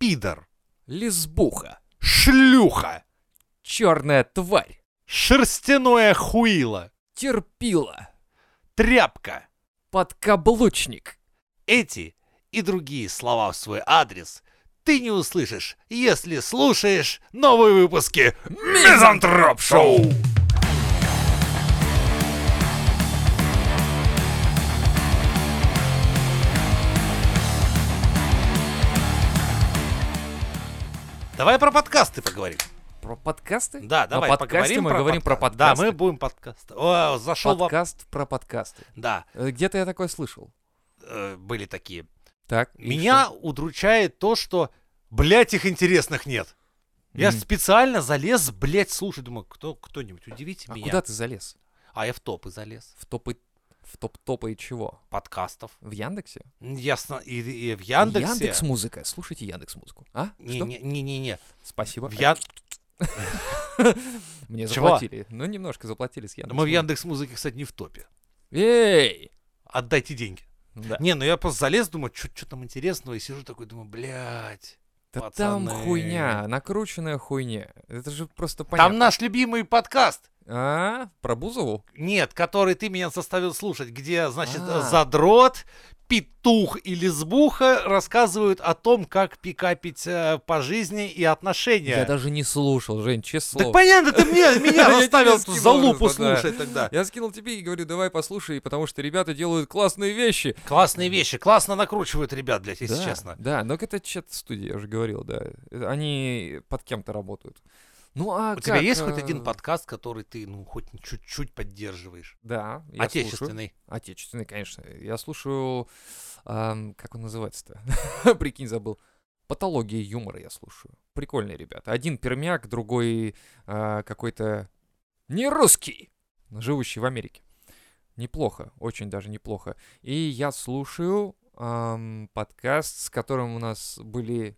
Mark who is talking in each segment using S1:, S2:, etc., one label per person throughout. S1: Пидор.
S2: Лесбуха.
S1: Шлюха.
S2: Черная тварь.
S1: Шерстяное хуило.
S2: Терпила.
S1: Тряпка.
S2: Подкаблучник.
S1: Эти и другие слова в свой адрес ты не услышишь, если слушаешь новые выпуски Мизантроп Шоу. Давай про подкасты поговорим.
S2: Про подкасты?
S1: Да, давай
S2: На подкасте
S1: поговорим
S2: мы
S1: про
S2: говорим про
S1: подкаст.
S2: подкасты.
S1: Да, мы будем подкаст. О, зашел вопрос.
S2: Подкаст про подкасты.
S1: Да,
S2: Э, Где-то я такое слышал.
S1: э, были такие.
S2: Так. и
S1: Меня
S2: что?
S1: удручает то, что, блядь, их интересных нет. Я
S2: М.
S1: специально залез, блядь, слушать. Думаю, кто, кто-нибудь, удивите
S2: А
S1: меня.
S2: куда ты залез?
S1: А я в топы залез.
S2: В топы... В топ-топы и чего?
S1: подкастов.
S2: В Яндексе?
S1: Ясно. И, и в Яндексе.
S2: Яндекс Музыка. Слушайте Яндекс Музыку. А?
S1: Не,
S2: Что?
S1: не, не, не, не.
S2: Спасибо.
S1: В Ян-
S2: Мне
S1: Чего?
S2: заплатили. Ну, немножко заплатили с Яндекс.
S1: Мы в Яндекс Музыке, кстати, не в топе.
S2: Эй!
S1: Отдайте деньги.
S2: Да.
S1: Не, ну я просто залез, думаю, что там интересного, и сижу такой, думаю, блядь.
S2: Да там
S1: пацаны.
S2: хуйня, накрученная хуйня. Это же просто
S1: Там
S2: понятно.
S1: наш любимый подкаст.
S2: А, про Бузову?
S1: Нет, который ты меня заставил слушать, где, значит,
S2: А.
S1: задрот, петух и лесбуха рассказывают о том, как пикапить э, по жизни и отношения.
S2: Я даже не слушал, Жень, честное
S1: Так
S2: слово.
S1: понятно, ты мне, меня
S2: Я тебе
S1: заставил
S2: скинул
S1: за лупу
S2: просто, да.
S1: слушать тогда.
S2: Я скинул тебе и говорю, давай послушай, потому что ребята делают классные вещи.
S1: Классные вещи, классно накручивают ребят, блядь, если
S2: да,
S1: честно.
S2: Да, но это чат студия, я уже говорил, да. Это Они под кем-то работают. Ну а
S1: У тебя
S2: как,
S1: есть хоть
S2: э,
S1: один подкаст, который ты, ну, хоть чуть-чуть поддерживаешь?
S2: Да, я слушаю.
S1: Отечественный.
S2: Отечественный, конечно. Я слушаю, ам, как он называется-то? Прикинь, забыл. Патологии юмора я слушаю. Прикольные ребята. Один пермяк, другой а, какой-то не русский, живущий в Америке. Неплохо, очень даже неплохо. И я слушаю ам, подкаст, с которым у нас были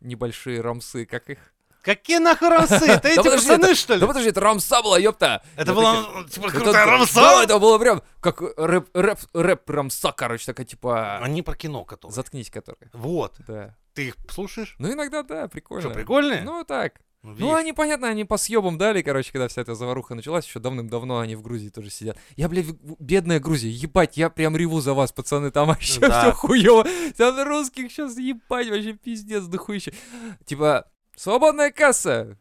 S2: небольшие рамсы, как их?
S1: Какие нахуй рамсы? Это эти
S2: подожди,
S1: пацаны, что ли?
S2: Да подожди, это рамса была, ёпта!
S1: Э, Это
S2: Я
S1: была, ну, типа,
S2: это-
S1: крутая
S2: Да,
S1: рамса?
S2: это было прям как рэп, рэп, рэп рамса, короче, такая типа...
S1: Они про кино, которые.
S2: Заткнись, которые.
S1: Вот.
S2: Да.
S1: Ты их слушаешь?
S2: Ну, иногда, да, прикольно.
S1: Что, прикольные?
S2: Ну, так.
S1: Ну,
S2: Ну,
S1: видишь.
S2: они, понятно, они по съебам дали, короче, когда вся эта заваруха началась, еще давным-давно они в Грузии тоже сидят. Я, блядь, в- бедная Грузия, ебать, я прям реву за вас, пацаны, там вообще
S1: да.
S2: все хуево. Там русских сейчас ебать, вообще пиздец, дохуище. Типа, свободная касса.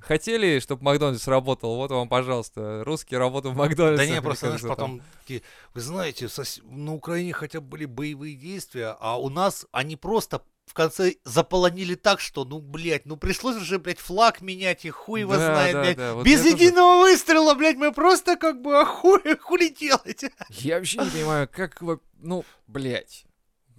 S2: Хотели, чтобы Макдональдс работал, вот вам, пожалуйста, русские работают в Макдональдсе.
S1: Да не, просто,
S2: Мне
S1: знаешь,
S2: кажется, там-
S1: потом такие, вы знаете, сос- на Украине хотя бы были боевые действия, а у нас они просто в конце заполонили так, что, ну, блядь, ну пришлось уже, блядь, флаг менять, и хуй его
S2: Да,
S1: знает,
S2: да,
S1: блядь.
S2: да, вот
S1: Без
S2: я тоже-
S1: единого выстрела, блядь, мы просто как бы охуе, хули делаете.
S2: Я вообще не понимаю, как во- ну, блядь,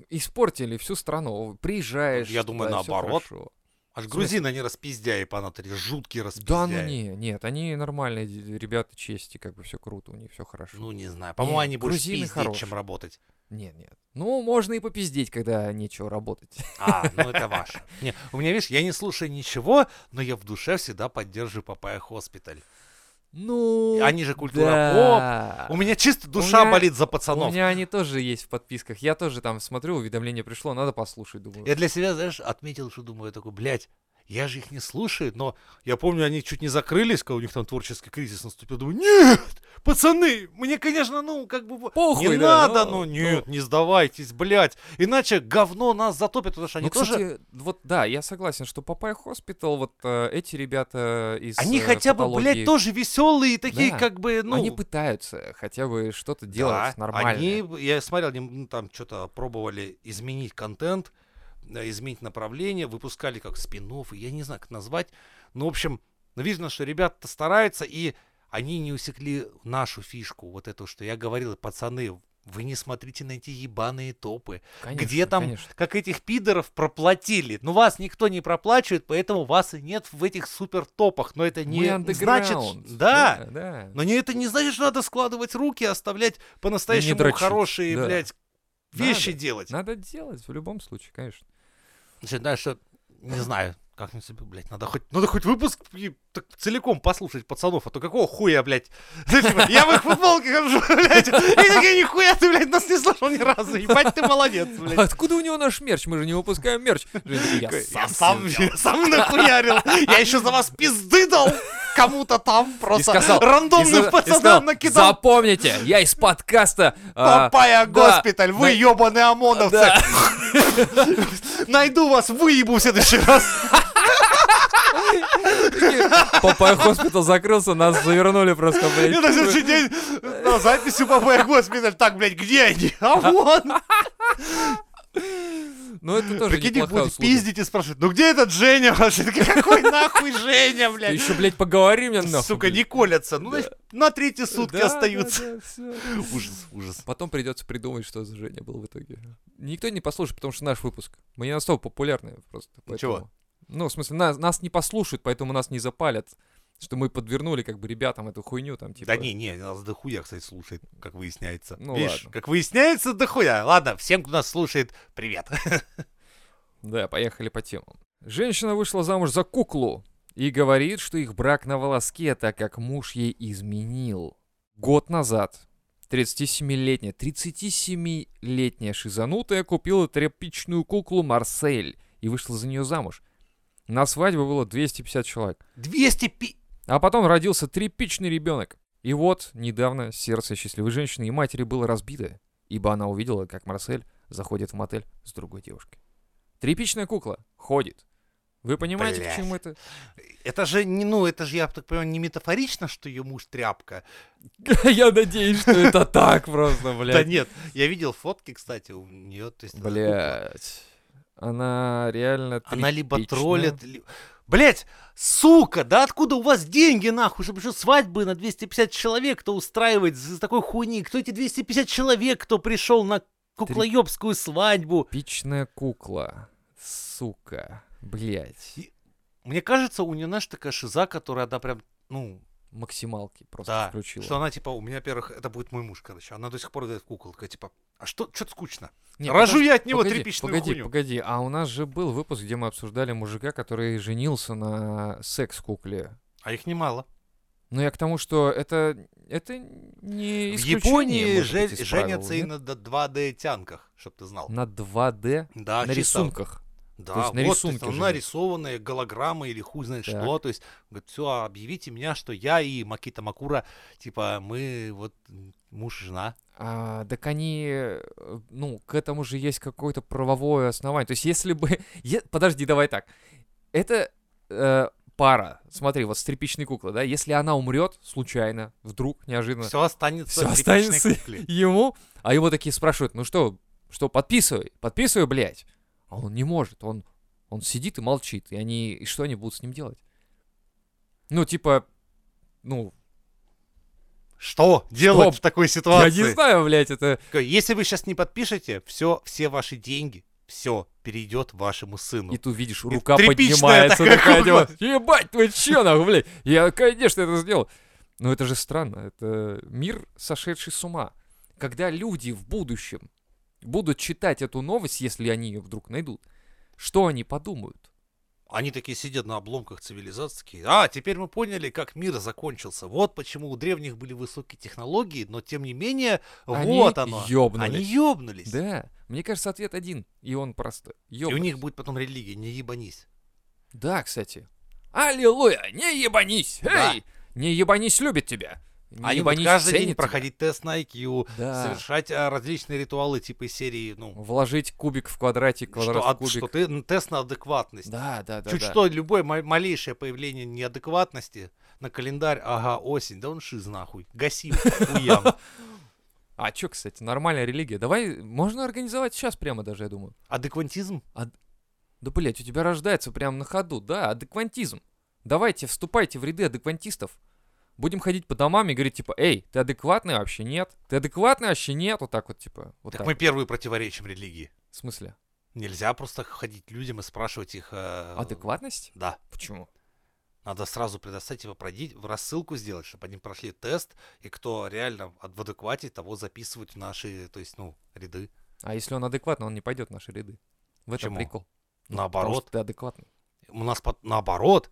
S2: испортили всю страну. Приезжаешь.
S1: Я думаю,
S2: туда, всё
S1: наоборот.
S2: хорошо.
S1: Аж
S2: смысле?
S1: грузины, они распиздяи понатри, жуткие распиздяи.
S2: Да, ну не, нет, они нормальные д- ребята чести, как бы все круто, у них все хорошо.
S1: Ну, не знаю, по-моему,
S2: Не,
S1: они больше
S2: грузины
S1: пиздеть, чем
S2: хорошие.
S1: работать.
S2: Нет, нет. Ну, можно и попиздеть, когда нечего работать.
S1: А, ну это ваше. Не, у меня, видишь, я не слушаю ничего, но я в душе всегда поддерживаю Папая Хоспиталь.
S2: Ну.
S1: Они же культура поп,
S2: да.
S1: У меня чисто душа
S2: меня-
S1: болит за
S2: У
S1: пацанов.
S2: меня они тоже есть в подписках. Я тоже там смотрю, уведомление пришло, надо послушать, думаю.
S1: Я для себя, знаешь, отметил, что думаю, я такой, блядь, я же их не слушаю, но я помню, они чуть не закрылись, когда у них там творческий кризис наступил. Думаю, нет, пацаны, мне, конечно, ну, как бы...
S2: Похуй,
S1: не
S2: да,
S1: надо,
S2: но-
S1: ну, нет, не сдавайтесь, блядь. Иначе говно нас затопит, потому что они
S2: Ну,
S1: тоже...
S2: кстати, вот да, я согласен, что Папай Хоспитал, вот э, эти ребята из
S1: Они
S2: э,
S1: хотя бы, блядь,
S2: патологии,
S1: тоже веселые, такие,
S2: Да.
S1: как бы, ну...
S2: Они пытаются хотя бы что-то делать
S1: Да,
S2: нормально.
S1: Они, я смотрел, они м, там что-то пробовали изменить контент, э, изменить направление, выпускали как спин я не знаю, как назвать. Ну, в общем, ну, видно, что ребята стараются, и они не усекли нашу фишку, вот эту, что я говорил, пацаны, вы не смотрите на эти ебаные топы. где там
S2: конечно.
S1: Как этих пидоров проплатили. Ну, вас никто не проплачивает, поэтому вас и нет в этих супер топах. Но это
S2: Мы
S1: не значит...
S2: underground.
S1: Да, Ну,
S2: да, да.
S1: но не это не значит, что надо складывать руки, оставлять по-настоящему
S2: дрочить,
S1: хорошие,
S2: да.
S1: блядь, вещи делать.
S2: Надо делать в любом случае, конечно.
S1: Значит, дальше, не знаю, Как-нибудь, себе, блядь, надо хоть, надо хоть выпуск и так целиком послушать пацанов, а то какого хуя, блядь, Типа, я в их футболке хожу, блядь, и такие, нихуя ты, блядь, нас не слышал ни разу, ебать ты молодец, блядь.
S2: Откуда у него наш мерч? Мы же не выпускаем мерч. Женя такой, Я
S1: Такой,
S2: сам сделал.
S1: я сам нахуярил. Я еще за вас пизды дал кому-то там. Просто
S2: сказал- И
S1: рандомных
S2: сказал- и сказал,
S1: пацанов накидал.
S2: Запомните, я из подкаста... а,
S1: Папая
S2: да,
S1: госпиталь, вы
S2: да,
S1: ебаные ОМОНовцы.
S2: да».
S1: Найду вас, выебу в следующий раз.
S2: Папая госпитал закрылся, нас завернули просто, блядь.
S1: И на следующий день ну, на записи Папая госпиталь. Так, блядь, где они? А вон.
S2: Ну, это тоже
S1: Прикинь,
S2: неплохая
S1: будет
S2: услуга.
S1: пиздить и спрашивать, ну где этот Женя вообще? Такие, Какой нахуй Женя,
S2: Ты
S1: блядь?
S2: еще, блядь, поговори мне, нахуй.
S1: Сука, не
S2: блядь.
S1: колятся. Ну, значит, на третьи сутки
S2: Да,
S1: остаются.
S2: да, да, всё.
S1: Ужас, ужас.
S2: Потом придется придумать, что за Женя был в итоге. Никто не послушает, потому что наш выпуск. Мы не настолько популярны просто.
S1: Ничего.
S2: поэтому- Ну, в смысле, нас, нас не послушают, поэтому нас не запалят. Что мы подвернули, как бы, ребятам эту хуйню там, типа.
S1: Да не, не, нас дохуя, кстати, слушает, как выясняется.
S2: Ну
S1: Видишь,
S2: ладно.
S1: как выясняется, дохуя. Ладно, всем, кто нас слушает, привет.
S2: Да, поехали по темам. Женщина вышла замуж за куклу и говорит, что их брак на волоске, так как муж ей изменил. Год назад 37-летняя, 37-летняя шизанутая купила тряпичную куклу Марсель и вышла за нее замуж. На свадьбу было 250 человек.
S1: 200 пи...
S2: А потом родился тряпичный ребенок. И вот недавно сердце счастливой женщины и матери было разбито, ибо она увидела, как Марсель заходит в мотель с другой девушкой. Тряпичная кукла ходит. Вы понимаете,
S1: Блядь.
S2: к чему это?
S1: Это же, не, ну, это же, я так понимаю, не метафорично, что ее муж тряпка.
S2: Я надеюсь, что это так просто,
S1: Да
S2: блядь.
S1: нет, я видел фотки, кстати, у нее, то есть... эта кукла,
S2: Блядь. Она реально
S1: Она либо
S2: тряпичная.
S1: троллит, ли- Блять, сука, да откуда у вас деньги, нахуй, чтобы еще свадьбы на 250 человек-то устраивать за такой хуйни? Кто эти 250 человек, кто пришел на куклоебскую свадьбу?
S2: Тряпичная кукла. Сука. Блядь.
S1: Мне кажется, у нее, знаешь, такая шиза, которая, она прям, ну,
S2: Максималки просто
S1: да,
S2: включила.
S1: что она, типа, у меня, во-первых, это будет мой муж, короче, она до сих пор играет в кукол, такая, типа, а что, что-то скучно,
S2: Не,
S1: рожу
S2: подожди,
S1: я от него
S2: погоди,
S1: тряпичную
S2: погоди,
S1: хуйню.
S2: Погоди, а у нас же был выпуск, где мы обсуждали мужика, который женился на секс-кукле.
S1: А их немало.
S2: Но я к тому, что это, это не
S1: В
S2: исключение,
S1: Японии
S2: может быть,
S1: же-
S2: из правил,
S1: женятся и
S2: нет?
S1: на д- 2D-тянках, чтобы ты знал.
S2: на 2D,
S1: Да,
S2: на
S1: А, чисто.
S2: рисунках.
S1: Да,
S2: есть на
S1: вот,
S2: рисунке
S1: там
S2: же.
S1: нарисованные голограммы или хуй знает
S2: Так.
S1: что. То есть, говорит, все, объявите меня, что я и Макита Макура, типа, мы вот м, муж и жена.
S2: А, так они, э, ну, к этому же есть какое-то правовое основание. То есть, если бы... е- Подожди, давай так. Это э, пара, смотри, вот с тряпичной куклы, да, если она умрет случайно, вдруг, неожиданно,
S1: Все останется
S2: Всё
S1: в тряпичной
S2: останется.
S1: кукле.
S2: ему, а его такие спрашивают, ну что, что, подписывай, подписывай, блядь. А он не может, он, он сидит и молчит, и они, и что они будут с ним делать? Ну, типа, ну,
S1: Что делать
S2: Что?
S1: в такой
S2: я
S1: ситуации?
S2: не знаю, блядь, это...
S1: Такой, Если вы сейчас не подпишете, все, все ваши деньги, все перейдет вашему сыну.
S2: И тут видишь,
S1: Ну, И
S2: рука
S1: тряпичная
S2: поднимается,
S1: такая
S2: такая
S1: кукла.
S2: делает, ебать, вы че, нахуй, блядь, я, конечно, это сделал. Но это же странно, это мир, сошедший с ума. Когда люди в будущем будут читать эту новость, если они ее вдруг найдут, что они подумают?
S1: Они такие сидят на обломках цивилизации, такие, а, теперь мы поняли, как мир закончился. Вот почему у древних были высокие технологии, но тем не менее,
S2: Они
S1: вот оно. Они
S2: ёбнулись.
S1: ёбнулись.
S2: Да, мне кажется, ответ один, и он простой.
S1: И у
S2: Ёбнулись.
S1: них будет потом религия, не ебанись.
S2: Да, кстати. Аллилуйя, не ебанись,
S1: Да.
S2: эй! Не ебанись любит тебя. Не
S1: Они будут
S2: ебанись
S1: каждый
S2: ценит
S1: день
S2: тебя.
S1: проходить тест на IQ,
S2: Да.
S1: совершать а, различные ритуалы типа из серии, ну,
S2: Вложить кубик в квадратик, квадрат
S1: что,
S2: в
S1: от-
S2: кубик.
S1: что ты м, тест на адекватность.
S2: Да, да, да.
S1: Чуть
S2: да.
S1: что, любое ма- малейшее появление неадекватности на календарь, ага, осень, да он шиз нахуй, гаси его к хуям.
S2: А чё, кстати, нормальная религия. Давай, можно организовать сейчас прямо даже, я думаю.
S1: Адеквантизм?
S2: Да, блядь, у тебя рождается прямо на ходу, да, адеквантизм. Давайте, вступайте в ряды адеквантистов. Будем ходить по домам и говорить, типа, эй, ты адекватный вообще? Нет. Ты адекватный вообще? Нет. Вот так вот, типа. Вот
S1: Так
S2: так.
S1: мы первые противоречим религии.
S2: В смысле?
S1: Нельзя просто ходить людям и спрашивать их... э,
S2: Адекватность?
S1: Да,
S2: Почему?
S1: надо сразу предоставить его пройти, в рассылку сделать, чтобы они прошли тест, и кто реально ад- в адеквате, того записывать в наши, то есть, ну, ряды.
S2: А если он адекватный, он не пойдет в наши ряды. В
S1: Почему?
S2: этом прикол. Ну, потому
S1: Наоборот.
S2: что ты адекватный.
S1: у нас по- наоборот,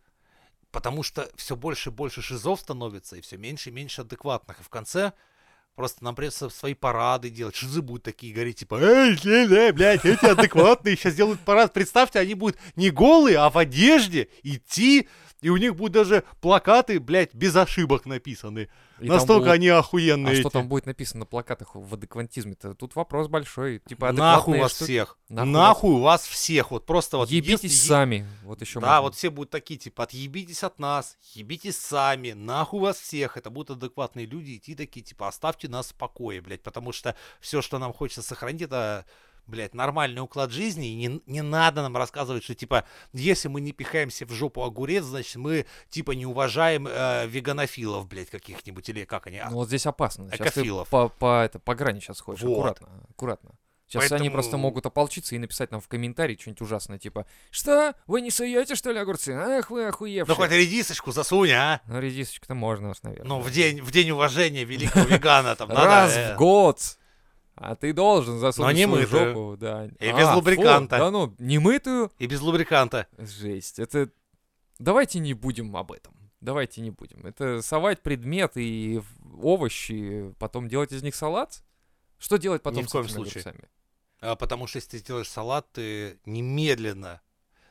S1: потому что все больше и больше шизов становится, и все меньше и меньше адекватных. И в конце просто нам придется свои парады делать. Шизы будут такие гореть, типа, эй, э, э, блядь, эти адекватные сейчас делают парад. Представьте, они будут не голые, а в одежде идти, и у них будут даже плакаты, блядь, без ошибок написаны.
S2: И там
S1: Настолько
S2: будут-
S1: они охуенные.
S2: А что
S1: эти.
S2: там будет написано на плакатах в адеквантизме-то? Тут вопрос большой. Типа
S1: Нахуй
S2: адекватные
S1: вас
S2: штуки.
S1: всех.
S2: Нахуй
S1: Нахуй,
S2: вас.
S1: вас всех. Вот просто вот...
S2: Ебитесь
S1: если-
S2: сами. Вот еще
S1: Да, вот все будут такие, типа, отъебитесь от нас, ебитесь сами, нахуй вас всех. Это будут адекватные люди идти такие, типа, оставьте нас в покое, блядь, потому что все, что нам хочется сохранить, это, блядь, нормальный уклад жизни, и не, не надо нам рассказывать, что, типа, если мы не пихаемся в жопу огурец, значит, мы, типа, не уважаем э, веганофилов, блядь, каких-нибудь, или как они, а,
S2: Ну вот здесь опасно. Сейчас ты
S1: Акофилов.
S2: по, по, это, по грани сейчас ходишь.
S1: Вот.
S2: Аккуратно, аккуратно. Сейчас они просто
S1: Поэтому-
S2: могут ополчиться и написать нам в комментарии что-нибудь ужасное, типа «Что? Вы не суете, что ли, огурцы? Ах вы
S1: ну,
S2: охуевшие!»
S1: хоть редисочку засунь, а?
S2: Ну, редисочку-то можно уж, наверное.
S1: Ну, в день, в день уважения великого вегана там надо...
S2: Раз
S1: э,
S2: в год! А ты должен засунуть
S1: не
S2: свою
S1: мытую.
S2: жопу. Да.
S1: И
S2: А,
S1: без
S2: фу,
S1: лубриканта.
S2: да ну, немытую?
S1: И без лубриканта.
S2: Жесть. Это... Давайте не будем об этом. Давайте не будем. Это совать предметы и в- овощи, потом делать из них салат? Что делать потом
S1: в
S2: с
S1: коем
S2: этими
S1: случае.
S2: огурцами?
S1: А, Потому что если ты сделаешь салат, ты немедленно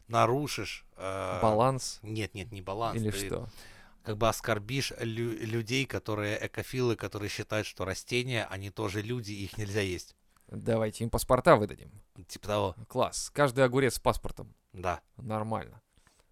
S1: нарушишь... э,
S2: Баланс
S1: Нет, нет, не баланс.
S2: или
S1: ты
S2: что?
S1: Как бы оскорбишь лю- людей, которые экофилы, которые считают, что растения, они тоже люди, и их нельзя есть.
S2: Давайте им паспорта выдадим.
S1: Типа того,
S2: Класс. Каждый огурец с паспортом.
S1: да.
S2: Нормально.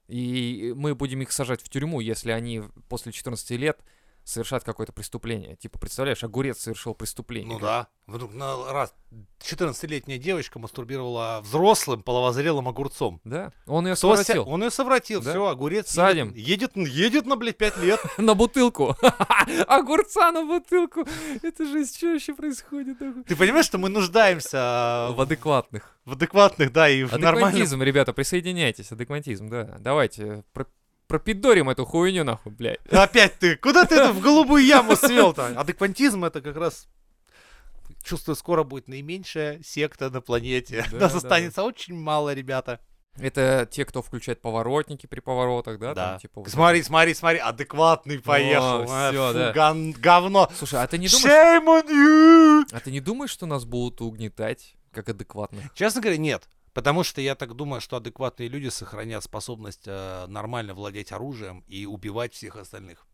S2: И мы будем их сажать в тюрьму, если они после 14 лет совершат какое-то преступление. Типа, представляешь, огурец совершил преступление.
S1: Ну да. Вдруг на раз 14-летняя девочка мастурбировала взрослым половозрелым огурцом.
S2: Да? Он ее
S1: Кто ся-
S2: совратил
S1: Он ее совратил,
S2: Да.
S1: все, огурец. едет-
S2: Садим.
S1: Едет, едет на, блядь, 5 лет.
S2: на бутылку. Огурца на бутылку. Это же что вообще происходит? нахуй?
S1: Ты понимаешь, что мы нуждаемся
S2: В
S1: в
S2: адекватных.
S1: в адекватных, да, и в нормальных
S2: Адеквантизм, ребята, присоединяйтесь. Адеквантизм, да. Давайте про- пропидорим эту хуйню нахуй, блядь.
S1: Ну, Опять ты, куда ты это в голубую яму свел-то? Адеквантизм это как раз Чувствую, скоро будет наименьшая секта на планете.
S2: Да,
S1: Нас
S2: да,
S1: останется очень мало, ребята.
S2: Это те, кто включает поворотники при поворотах, да? там, типа, вот
S1: Смотри, смотри, смотри, адекватный поехал. А,
S2: всё,
S1: фу,
S2: да.
S1: ган- говно.
S2: это. Слушай, а ты не думаешь,
S1: Shame on you!
S2: а ты не думаешь, что нас будут угнетать как адекватных?
S1: Честно говоря, нет. Потому что я так думаю, что адекватные люди сохранят способность э, нормально владеть оружием и убивать всех остальных.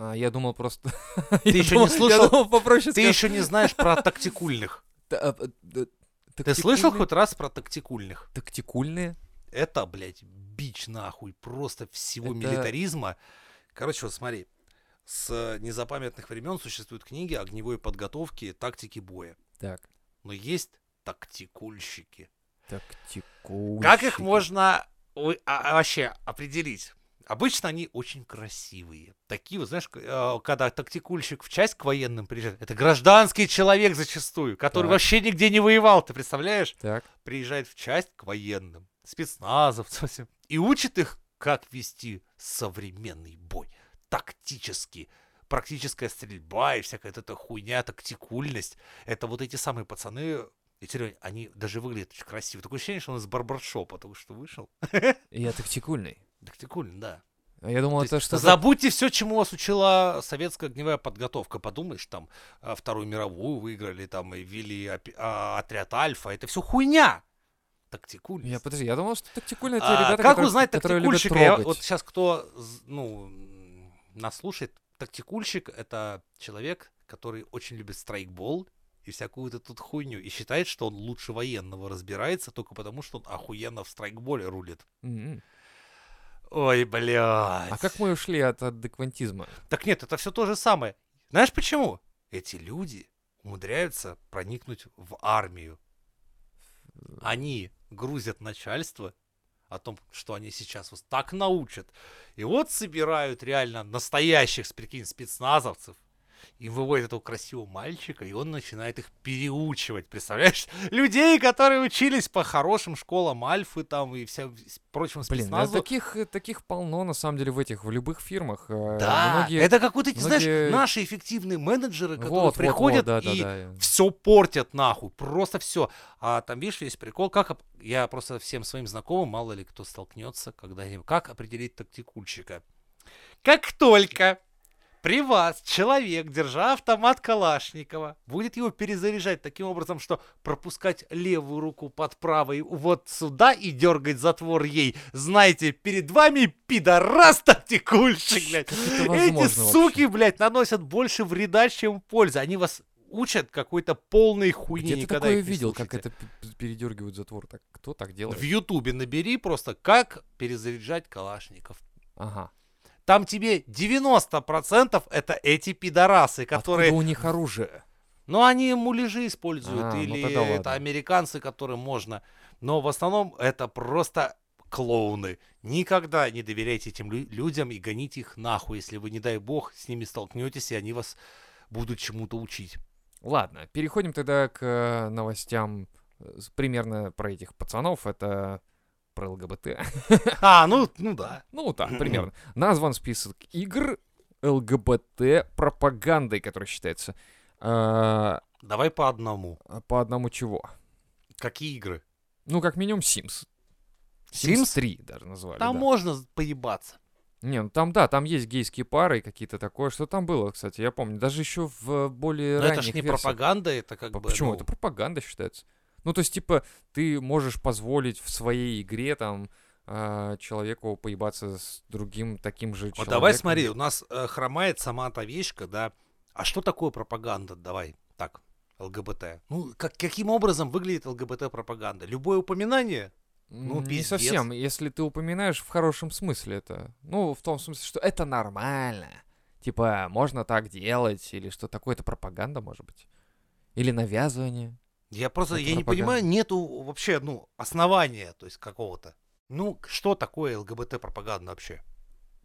S2: А, я думал просто.
S1: Ты
S2: Я
S1: ещё не
S2: думал- Я
S1: слушал?
S2: думал попроще а,
S1: Ты еще не знаешь про тактикульных.
S2: э,
S1: Ты слышал хоть раз про тактикульных?
S2: Тактикульные?
S1: Это, блядь, бич нахуй просто всего
S2: Это-
S1: милитаризма. Короче, вот смотри. С э, незапамятных времен существуют книги огневой подготовки и тактики боя.
S2: Так.
S1: Но есть тактикульщики.
S2: Тактикульные.
S1: Как их можно у- а- а вообще определить? Обычно они очень красивые. Такие, вот, знаешь, к- э, когда тактикульщик в часть к военным приезжает, это гражданский человек зачастую, который
S2: Так.
S1: вообще нигде не воевал, ты представляешь?
S2: Так.
S1: приезжает в часть к военным, спецназовцам всем, и учит их, как вести современный бой, тактически, практическая стрельба и всякая вот эта хуйня, тактикульность. Это вот эти самые пацаны, эти ребята, они даже выглядят очень красиво. Такое ощущение, что он из барбаршопа только что вышел.
S2: И Я тактикульный.
S1: Тактикульно, да.
S2: А Я думал,
S1: То
S2: это
S1: есть
S2: что за...
S1: Забудьте все, чему вас учила советская огневая подготовка. Подумаешь, там а, Вторую мировую выиграли, там и вели опи- а, отряд Альфа. Это все хуйня. Тактикульность.
S2: Я, подожди, я думал, что тактикульные Ну, это
S1: А,
S2: ребята,
S1: как
S2: которые-
S1: узнать
S2: которые любят
S1: тактикульщика? Я
S2: трогать.
S1: вот сейчас кто з- ну, м, нас слушает, тактикульщик — это человек, который очень любит страйкбол и всякую вот эту хуйню, и считает, что он лучше военного разбирается только потому, что он охуенно в страйкболе рулит.
S2: Мгм.
S1: Ой, блядь.
S2: М-м. А как мы ушли от адеквантизма?
S1: Так нет, это все то же самое. Знаешь почему? Эти люди умудряются проникнуть в армию. Они грузят начальство о том, что они сейчас вот так научат. И вот собирают реально настоящих, прикинь, спецназовцев. им выводят этого красивого мальчика, и он начинает их переучивать, представляешь? Людей, которые учились по хорошим школам Альфы там и вся с- прочим
S2: Блин, а
S1: спецназу.
S2: таких, э, таких полно, на самом деле, в этих, в любых фирмах. э,
S1: Да,
S2: многие-
S1: это как вот эти,
S2: многие-
S1: знаешь, наши эффективные менеджеры,
S2: Вот,
S1: которые
S2: вот, вот,
S1: приходят
S2: да, да,
S1: и
S2: да.
S1: все портят нахуй, просто все. А там, видишь, есть прикол, как оп- я просто всем своим знакомым, мало ли кто столкнется, когда как определить тактикульщика. Как только при вас человек, держа автомат Калашникова, будет его перезаряжать таким образом, что пропускать левую руку под правой вот сюда и дергать затвор ей, знаете, перед вами пидорас тактикульщик, блядь.
S2: Как это
S1: Эти
S2: возможно вообще?
S1: суки, блядь, наносят больше вреда, чем пользы. Они вас учат какой-то полной хуйни.
S2: Где ты
S1: никогда
S2: такое
S1: их не
S2: видел, как
S1: слушайте.
S2: это п- передергивают затвор? Так кто так делает?
S1: В Ютубе набери просто, как перезаряжать калашников.
S2: Ага.
S1: Там тебе 90% это эти пидорасы, которые...
S2: Откуда у них оружие?
S1: Ну, они муляжи используют,
S2: А, ну
S1: или
S2: тогда
S1: это
S2: ладно.
S1: американцы, которым можно. Но в основном это просто клоуны. Никогда не доверяйте этим лю- людям и гоните их нахуй, если вы, не дай бог, с ними столкнетесь, и они вас будут чему-то учить.
S2: Ладно, переходим тогда к э, новостям э, с- примерно про этих пацанов. Это про ЛГБТ.
S1: А, ну, ну да.
S2: Ну, так, примерно. Назван список игр ЛГБТ-пропагандой, которая считается э,
S1: Давай по одному.
S2: по одному чего.
S1: Какие игры?
S2: Ну, как минимум, Sims. Sims 3 даже назвали.
S1: Там
S2: да.
S1: можно з- поебаться.
S2: Не, ну там, да, там есть гейские пары и какие-то такое. Что там было, кстати, я помню. Даже еще в э, более
S1: Но
S2: ранних
S1: Ну, это ж не
S2: версиях.
S1: пропаганда, это как
S2: П-
S1: бы...
S2: А Почему?
S1: ну,
S2: Это пропаганда считается. Ну, то есть, типа, ты можешь позволить в своей игре, там, а, человеку поебаться с другим таким же
S1: Вот
S2: человеком.
S1: давай смотри, у нас э, хромает сама та вещь, когда... А что такое пропаганда? Давай так, ЛГБТ. Ну, как, каким образом выглядит ЛГБТ-пропаганда? Любое упоминание? ну,
S2: М, Не
S1: пиздец.
S2: совсем, если ты упоминаешь в хорошем смысле это. Ну, в том смысле, что это нормально. Типа, можно так делать, или что такое, это пропаганда, может быть. Или навязывание.
S1: Я просто,
S2: Это
S1: я не
S2: пропаганда.
S1: понимаю, нету вообще, ну, основания, то есть какого-то. Ну, к- что такое ЛГБТ-пропаганда вообще?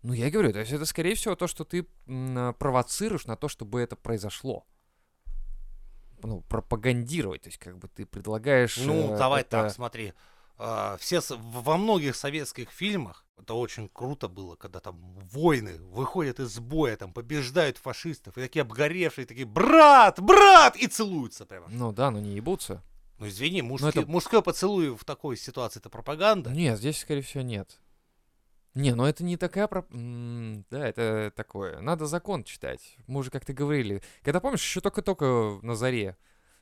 S2: Ну, я говорю, то есть это, скорее всего, то, что ты м, а, провоцируешь на то, чтобы это произошло. Ну, пропагандировать, то есть как бы ты предлагаешь...
S1: Ну,
S2: э,
S1: давай
S2: это-
S1: так, смотри. А, Все, с- в- во многих советских фильмах это очень круто было, когда там воины выходят из боя, там побеждают фашистов, и такие обгоревшие, такие «Брат! Брат!» и целуются прямо.
S2: Ну да, ну не ебутся.
S1: Ну, извини,
S2: это- Ну,
S1: мужские- мужской поцелуй в такой ситуации — это пропаганда.
S2: Нет, здесь, скорее всего, нет. Не, ну это не такая... проп- м, Да, это такое. Надо закон читать. Мы уже как-то говорили. Когда, помнишь, еще только-только на заре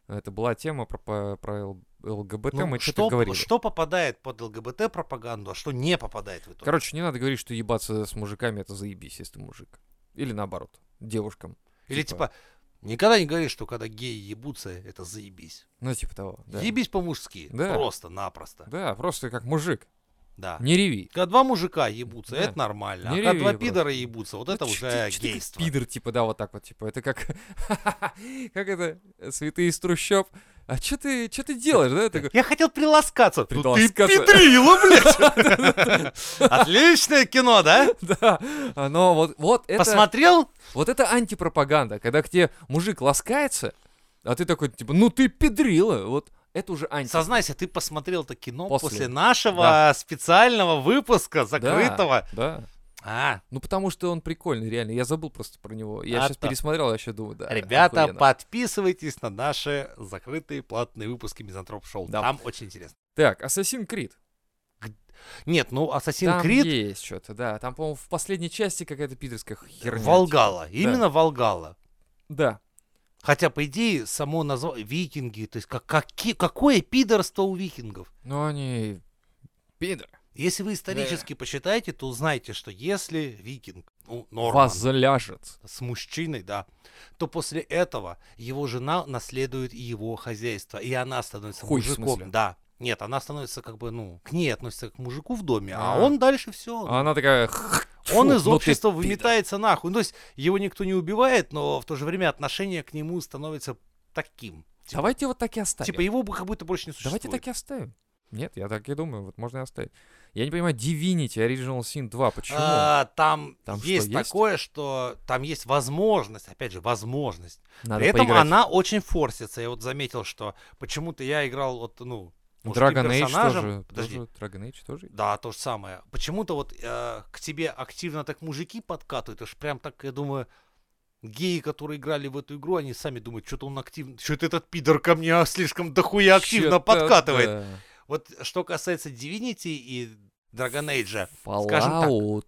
S2: это была тема про, по- про Л- ЛГБТ,
S1: Ну,
S2: мы что-то
S1: что,
S2: говорили.
S1: что попадает под ЛГБТ-пропаганду, а что не попадает в итоге?
S2: Короче, не надо говорить, что ебаться с мужиками это заебись, если ты мужик. Или наоборот, девушкам.
S1: Или
S2: типа-
S1: типа, никогда не говори, что когда геи ебутся, это заебись.
S2: Ну, типа того. Да,
S1: Ебись по-мужски,
S2: Да.
S1: просто-напросто.
S2: да просто как мужик.
S1: Да.
S2: Не реви.
S1: Когда два мужика ебутся,
S2: Да.
S1: это нормально.
S2: Не
S1: а когда
S2: реви
S1: два
S2: просто.
S1: пидора ебутся, вот
S2: Ну,
S1: это
S2: чё
S1: уже
S2: ты- чё ты как
S1: гейство.
S2: Пидор, типа, да, вот так вот, типа. Это как... Как это? Святые из трущоб. А что ты, чё ты делаешь, да? Такой,
S1: Я хотел приласкаться. Ну ты
S2: Приласкаться.
S1: пидрила, блядь. Отличное кино, да?
S2: Да, А, но вот, вот это,
S1: Посмотрел?
S2: вот это антипропаганда, когда к тебе мужик ласкается, а ты такой, типа, ну ты педрила, вот это уже анти.
S1: Сознайся, ты посмотрел это кино
S2: После.
S1: после нашего специального выпуска закрытого.
S2: Да,
S1: А,
S2: ну потому что он прикольный, реально, я забыл просто про него, я
S1: А
S2: сейчас
S1: то.
S2: пересмотрел, я еще думаю, да.
S1: ребята,
S2: охуенно.
S1: подписывайтесь на наши закрытые платные выпуски Мизантроп Шоу.
S2: Да.
S1: Там очень интересно.
S2: Так, Ассасин Крид.
S1: Нет, ну Ассасин
S2: Там
S1: Крид
S2: есть что-то, да. Там, по-моему, в последней части какая-то пидорская херня. типа.
S1: Волгала. Именно Волгала.
S2: Да.
S1: Хотя, по идее, само название викинги, то есть как, какие- какое пидорство у викингов?
S2: Ну они... Пидор.
S1: Если вы исторически посчитаете, то узнаете, что если викинг, ну, Норман,
S2: Возляжет.
S1: с мужчиной, да, то после этого его жена наследует и его хозяйство, и она становится
S2: Хуй, в смысле?
S1: мужиком. Да. Нет, она становится как бы, ну, к ней относится как к мужику в доме, а,
S2: А.
S1: он дальше все.
S2: А она такая... «Х,
S1: Он
S2: тьфу,
S1: из
S2: ну ты
S1: общества
S2: пидор».
S1: выметается нахуй. Ну, То есть его никто не убивает, но в то же время отношение к нему становится таким. Типа,
S2: Давайте вот так и оставим.
S1: Типа его Типа, бы как будто больше не существует.
S2: Давайте так и оставим. Нет, я так и думаю, вот можно и оставить. Я не понимаю, Divinity Original Sin 2, почему?
S1: А, там,
S2: Там что,
S1: есть
S2: есть?
S1: такое, что там есть возможность, опять же, возможность.
S2: Надо
S1: При этом
S2: поиграть.
S1: она очень форсится. Я вот заметил, что почему-то я играл вот, ну, мужским
S2: Dragon Age
S1: персонажем.
S2: тоже.
S1: Подожди.
S2: тоже Dragon Age тоже.
S1: Да, то же самое. Почему-то вот э, к тебе активно так мужики подкатывают. Уж прям так, я думаю, геи, которые играли в эту игру, они сами думают, что-то он активно... Что-то этот пидор ко мне слишком дохуя активно
S2: Чё-то
S1: подкатывает.
S2: да.
S1: Вот что касается Divinity и Dragon Age, скажем так.
S2: Fallout.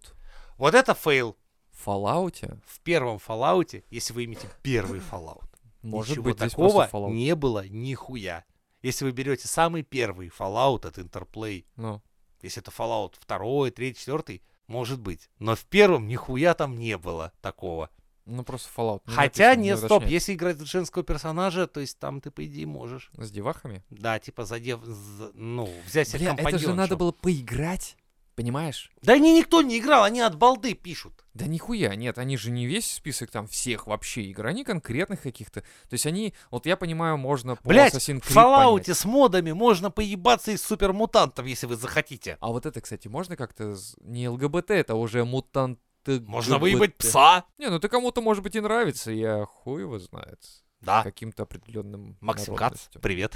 S1: вот это фейл.
S2: В Fallout?
S1: В первом Fallout, если вы имеете первый Fallout,
S2: Может
S1: ничего
S2: быть, здесь
S1: такого
S2: просто Fallout.
S1: не было нихуя. Если вы берете самый первый Fallout от Interplay,
S2: Ну,
S1: Если это Fallout 2, 3, 4, может быть. Но в первом нихуя там не было такого.
S2: ну просто Fallout. не
S1: Хотя,
S2: написано, ну,
S1: нет,
S2: не
S1: стоп,
S2: уточняет.
S1: если играть за женского персонажа, то есть там ты, по идее, можешь.
S2: С девахами?
S1: Да, типа задев... за- Ну, взять себе
S2: Бля, это же
S1: компаньоншу.
S2: надо было поиграть, понимаешь?
S1: Да они никто не играл, они от балды пишут.
S2: Да нихуя, нет, они же не весь список там всех вообще игр, они конкретных каких-то. То есть они, вот я понимаю, можно по
S1: Блять,
S2: Assassin's
S1: в
S2: Creed понять.
S1: Fallout с модами можно поебаться и с супермутантом, если вы захотите.
S2: А вот это, кстати, можно как-то... с- Не ЛГБТ, это уже мутант...
S1: Можно выебать пса.
S2: Не, ну ты кому-то, может быть, и нравится, я хуй его знает.
S1: Да.
S2: Каким-то определенным
S1: А. Максим Кац,
S2: народностям.
S1: привет.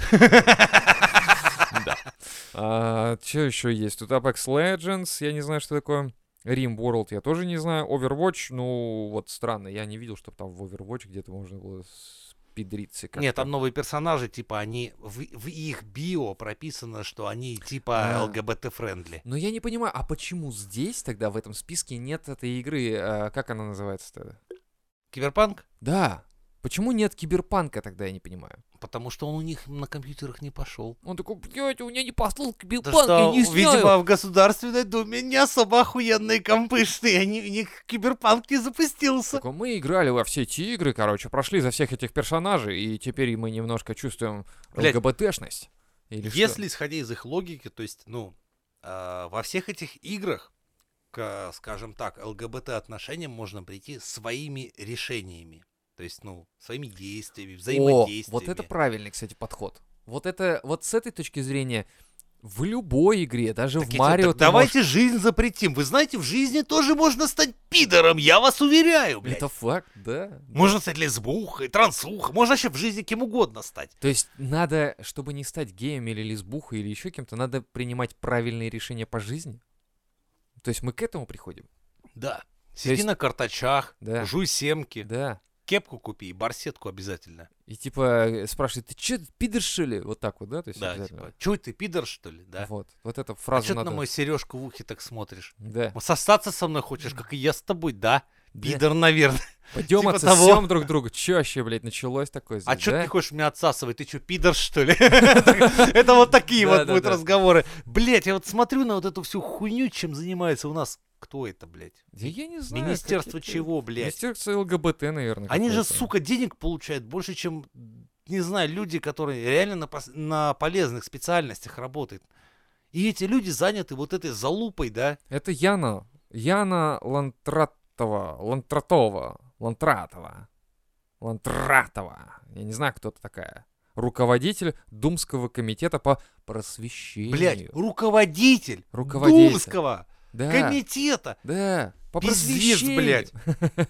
S2: А, что еще есть? Тут Apex Legends, я не знаю, что такое. Rim World я тоже не знаю. Overwatch, ну вот странно, я не видел, чтобы там в Overwatch где-то можно было спидриться. как-то.
S1: Нет, там новые персонажи, типа, они... В, в их био прописано, что они, типа,
S2: А.
S1: ЛГБТ-френдли.
S2: Но я не понимаю, а почему здесь тогда в этом списке нет этой игры, э, как она называется-то?
S1: Киберпанк?
S2: Да, почему нет киберпанка тогда, я не понимаю.
S1: Потому что он у них на компьютерах не пошел.
S2: Он такой, блядь, у меня не послал
S1: Да
S2: киберпанк, я
S1: что,
S2: не знаю.
S1: видимо, в Государственной Думе не особо охуенные компы шли, они, у них киберпанк не запустился.
S2: Такой, мы играли во все эти игры, короче, прошли за всех этих персонажей, и теперь мы немножко чувствуем
S1: Блядь.
S2: ЛГБТшность. Или что?
S1: Если исходя из их логики, то есть, ну, э, во всех этих играх, к, скажем так, ЛГБТ-отношениям можно прийти своими решениями. То есть, ну, своими действиями,
S2: О,
S1: взаимодействиями.
S2: вот это правильный, кстати, подход. Вот это, вот с этой точки зрения, в любой игре, даже
S1: Так я
S2: в
S1: тебе-
S2: Марио
S1: так
S2: ты можешь-
S1: давайте жизнь запретим. Вы знаете, в жизни тоже можно стать пидором, я вас уверяю, блядь.
S2: Это факт, да.
S1: Можно стать лесбухой, трансухой, можно вообще в жизни кем угодно стать.
S2: То есть надо, чтобы не стать геем или лесбухой или еще кем-то, надо принимать правильные решения по жизни. То есть мы к этому приходим.
S1: Да. Сиди
S2: есть-
S1: на карточах,
S2: Да.
S1: жуй семки,
S2: Да.
S1: кепку купи и барсетку обязательно.
S2: И типа э, спрашивают, ты че, пидор что ли? Вот так вот, да? То есть
S1: да,
S2: обязательно.
S1: типа, чё ты, пидор, что ли, да?
S2: Вот, вот эта
S1: а чё
S2: фраза
S1: ты типа,
S2: надо.
S1: на мою сережку в ухе так смотришь?
S2: Да.
S1: Сосаться со мной хочешь, как и я с тобой, да? Пидор, наверное.
S2: Пойдем
S1: типа
S2: отсосем друг друга. Че вообще, блядь, началось такое здесь,
S1: А чё ты
S2: да?
S1: не хочешь меня отсасывать? Ты чё, пидор, что ли? Это вот такие
S2: Да,
S1: вот
S2: да,
S1: будут
S2: да.
S1: разговоры. Блять, я вот смотрю на вот эту всю хуйню, чем занимается у нас. Кто это, блядь?
S2: Да я не знаю.
S1: Министерство
S2: какие-то-
S1: чего, блядь?
S2: Министерство ЛГБТ, наверное.
S1: Они же,
S2: какое-то.
S1: сука, денег получают больше, чем, не знаю, люди, которые реально на, пос- на полезных специальностях работают. И эти люди заняты вот этой залупой, да?
S2: Это Яна. Яна Лантратова. Лантратова. Лантратова. Лантратова. Я не знаю, кто это такая. Руководитель Думского комитета по просвещению.
S1: Блять, руководитель,
S2: Руководитель.
S1: Думского
S2: да,
S1: комитета.
S2: да, по
S1: Пиздец,
S2: просвещению.
S1: блядь.